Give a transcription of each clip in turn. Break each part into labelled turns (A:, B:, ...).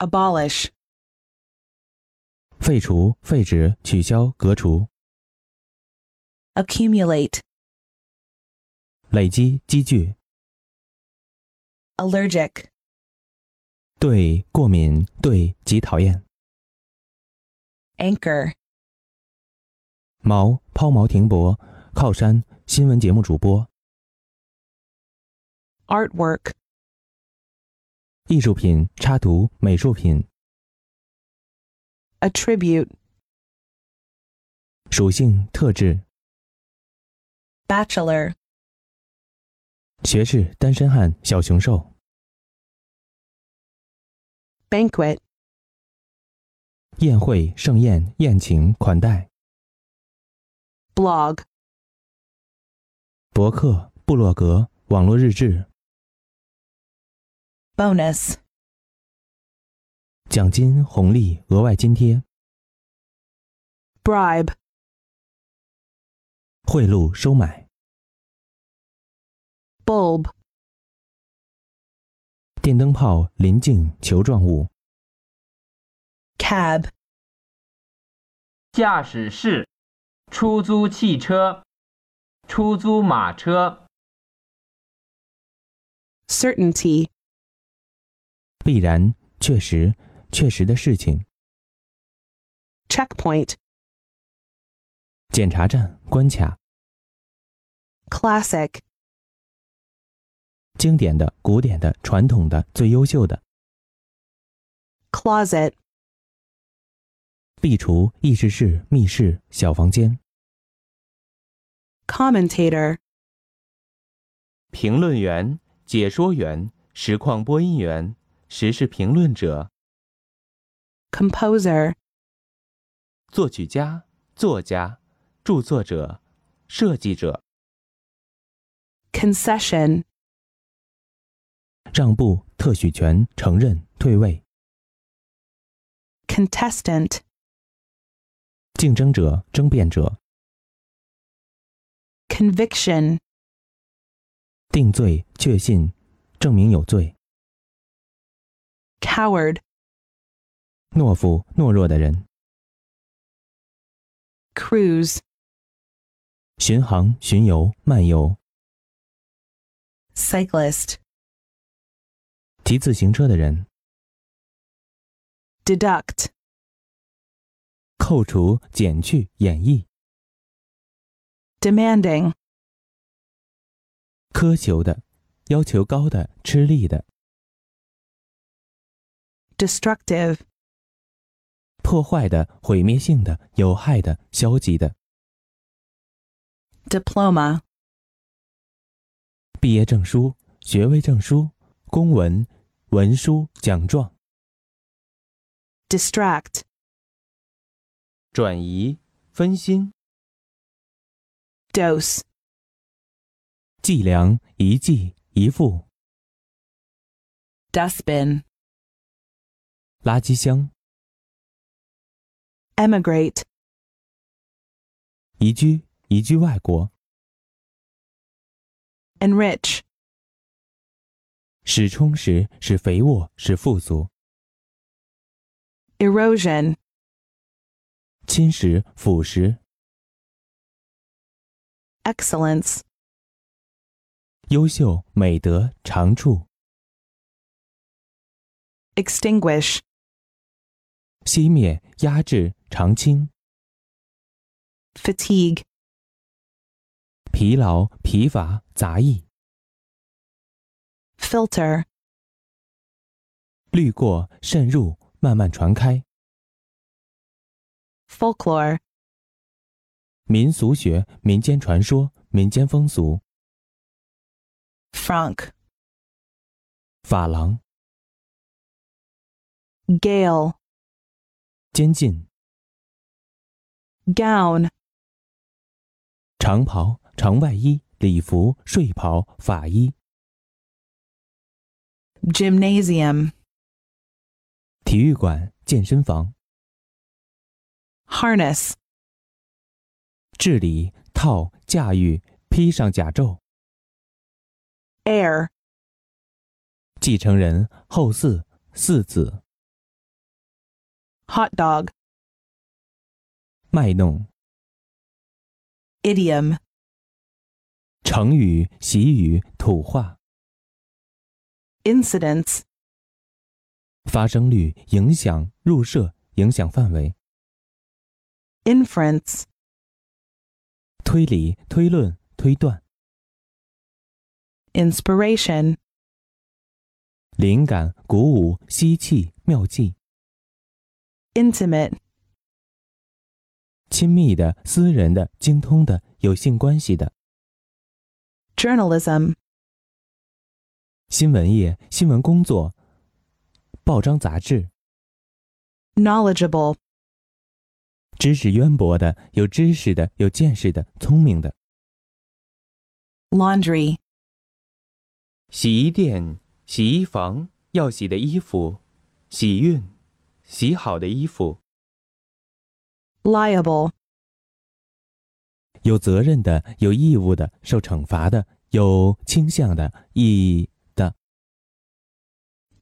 A: abolish,
B: 废除、废止、取消、革除、
A: accumulate,
B: 累积、积聚、
A: allergic,
B: 对过敏、对极讨厌、
A: anchor,
B: 锚、抛锚停泊、靠山、新闻节目主播、
A: artwork,
B: 艺术品、插图、美术品、
A: attribute,
B: 属性、特质、
A: bachelor,
B: 学士、单身汉、小雄兽、
A: banquet,
B: 宴会、盛宴、宴请、款待、
A: blog,
B: 博客、部落格、网络日志、
A: bonus,
B: 奖金、红利、额外津贴、
A: bribe,
B: 贿赂、收买、
A: bulb,
B: 电灯泡、临近、球状物、
A: cab,
C: 驾驶室、出租汽车、出租马车、
A: certainty,
B: 必然、确实、确实的事情、
A: checkpoint,
B: 检查站、关卡、
A: classic,
B: 经典的、古典的、传统的、最优秀的、
A: closet,
B: 壁橱、议事室、密室、小房间、
A: commentator,
B: 评论员、解说员、实况播音员、时事评论者、
A: composer,
B: 作曲家、作家、著作者、设计者、
A: concession,
B: 让步、特许权、承认、退位、
A: contestant,
B: 竞争者、争辩者、
A: conviction,
B: 定罪、确信、证明有罪、
A: coward,
B: 懦夫、懦弱的人、
A: cruise,
B: 巡航、巡游、漫游、
A: cyclist,
B: 骑自行车的人、
A: deduct,
B: 扣除、减去、演绎、
A: demanding,
B: 苛求的、要求高的、吃力的、
A: destructive,
B: 破坏的、毁灭性的、有害的、消极的、
A: diploma,
B: 毕业证书、学位证书、公文、文书、奖状。
A: distract,
B: 转移、分心、
A: dose,
B: 计量、一计、一副、
A: dustbin,
B: 垃圾箱、
A: emigrate,
B: 移居、移居外国、
A: enrich,
B: 使充实、使肥沃、使富足、
A: erosion,
B: 侵蚀、腐蚀、
A: excellence,
B: 优秀、美德、长处、
A: extinguish,
B: 熄灭、压制、长青、
A: fatigue,
B: 疲劳、疲乏、杂役、
A: filter,
B: 滤过、渗入、慢慢传开、
A: folklore,
B: 民俗学、民间传说、民间风俗、
A: frunk,
B: 法郎、
A: gale,
B: 监禁、
A: gown,
B: 长袍、长外衣、礼服、睡袍、法衣。
A: gymnasium,
B: 体育馆、健身房、
A: harness,
B: 治理、套、驾驭、披上甲胄、
A: air,
B: 继承人、后嗣、嗣子、
A: hot dog,
B: 卖弄、
A: idiom,
B: 成语、习语、土话、
A: incidence,
B: 发生率、影响、入射、影响范围、
A: inference,
B: 推理、推论、推断、
A: inspiration,
B: 灵感、鼓舞、吸气、妙计、
A: intimate,
B: 亲密的、私人的、精通的、有性关系的、
A: journalism,
B: 新闻业、新闻工作、报章杂志、
A: knowledgeable,
B: 知识渊博的、有知识的、有见识的、聪明的、
A: laundry,
D: 洗衣店、洗衣房要洗的衣服，洗熨，洗好的衣服，
A: liable,
B: 有责任的、有义务的、受惩罚的、有倾向的、意的、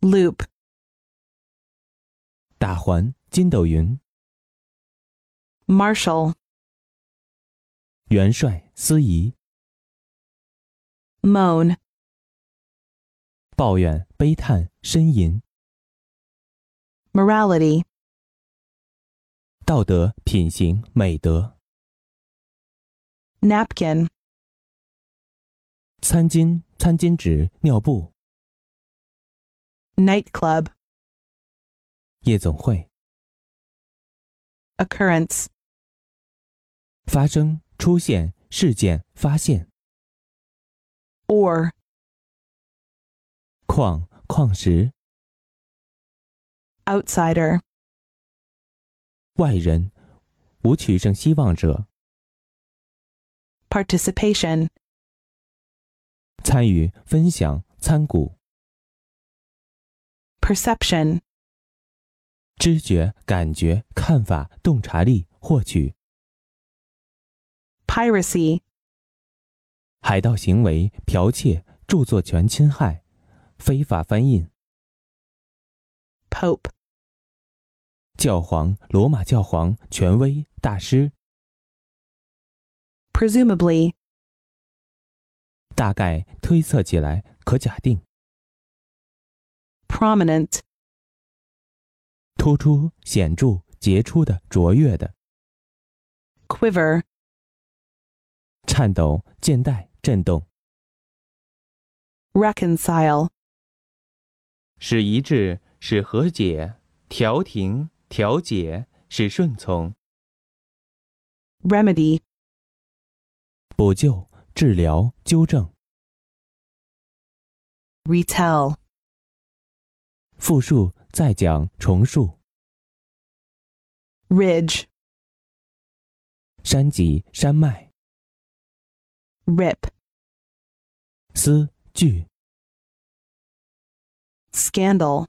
A: loop,
B: 打环、筋斗云、
A: marshal,
B: 元帅、司仪、
A: moan,
B: 抱怨、悲叹、呻吟、
A: morality,
B: 道德、品行、美德、
A: napkin,
B: 餐巾、餐巾纸、尿布、
A: nightclub,
B: 夜总会、
A: occurrence,
B: 发生、出现、事件、发现、
A: ore,
B: 矿、矿石、
A: outsider,
B: 外人、无取胜希望者、
A: participation,
B: 参与、分享、参股、
A: perception,
B: 知觉、感觉、看法、洞察力、获取、
A: piracy,
B: 海盗行为、剽窃、著作权侵害、非法翻印、
A: pope,
B: 教皇、罗马教皇、权威、大师、
A: presumably,
B: 大概推测起来，可假定。
A: prominent,
B: 突出、显著、杰出的、卓越的、
A: quiver,
B: 颤抖、倦怠、震动、
A: reconcile,
D: 使一致，使和解，调停，调解，使顺从，
A: remedy,
B: 补救、治疗、纠正、
A: retell,
B: 复述、再讲、重述、
A: ridge,
B: 山脊、山脉、
A: rip,
B: 丝、锯、
A: scandal,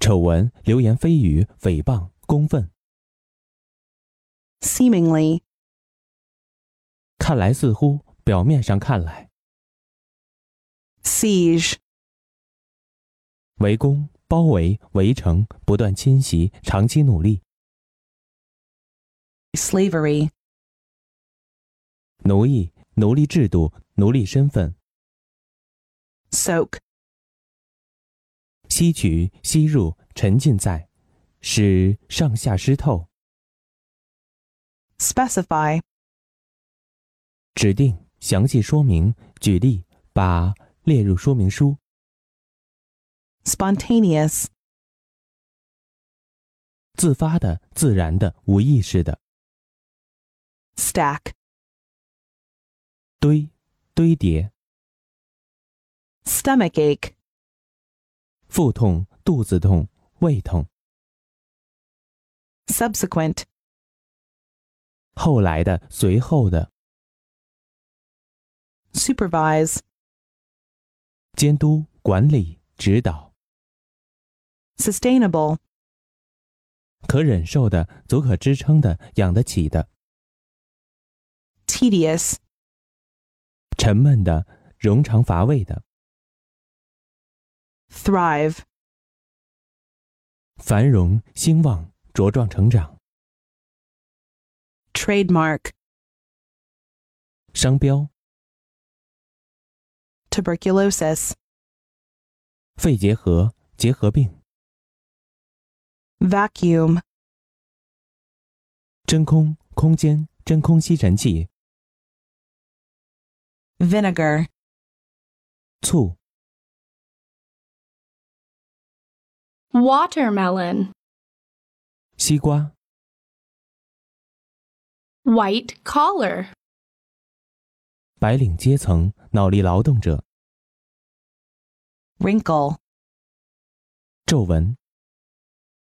B: 丑闻、流言蜚语、诽谤、公愤、
A: seemingly,
B: 看来似乎、表面上看来、
A: siege,
B: 围攻、包围、围城、不断侵袭、长期努力、
A: slavery,
B: 奴役、奴隶制度、奴隶身份、
A: soak,
B: 吸取、吸入、沉浸在，使上下湿透。
A: specify,
B: 指定、详细说明、举例，把列入说明书。
A: spontaneous,
B: 自发的、自然的、无意识的
A: stack,
B: 堆堆叠、
A: stomachache,
B: 腹痛、肚子痛、胃痛。
A: subsequent,
B: 后来的、随后的、
A: supervise,
B: 监督、管理、指导，
A: sustainable,
B: 可忍受的、足可支撑的、养得起的、
A: tedious,
B: 沉闷的、冗长乏味的、
A: thrive,
B: 繁荣兴旺，茁壮成长。
A: trademark,
B: 商标：
A: tuberculosis,
B: 肺结核、结核病、
A: vacuum,
B: 真空空间、真空吸尘器、
A: vinegar,
B: 醋、
E: watermelon,
B: 西瓜、
E: white collar,
B: 白领阶层、脑力劳动者、
A: wrinkle,
B: 皱纹、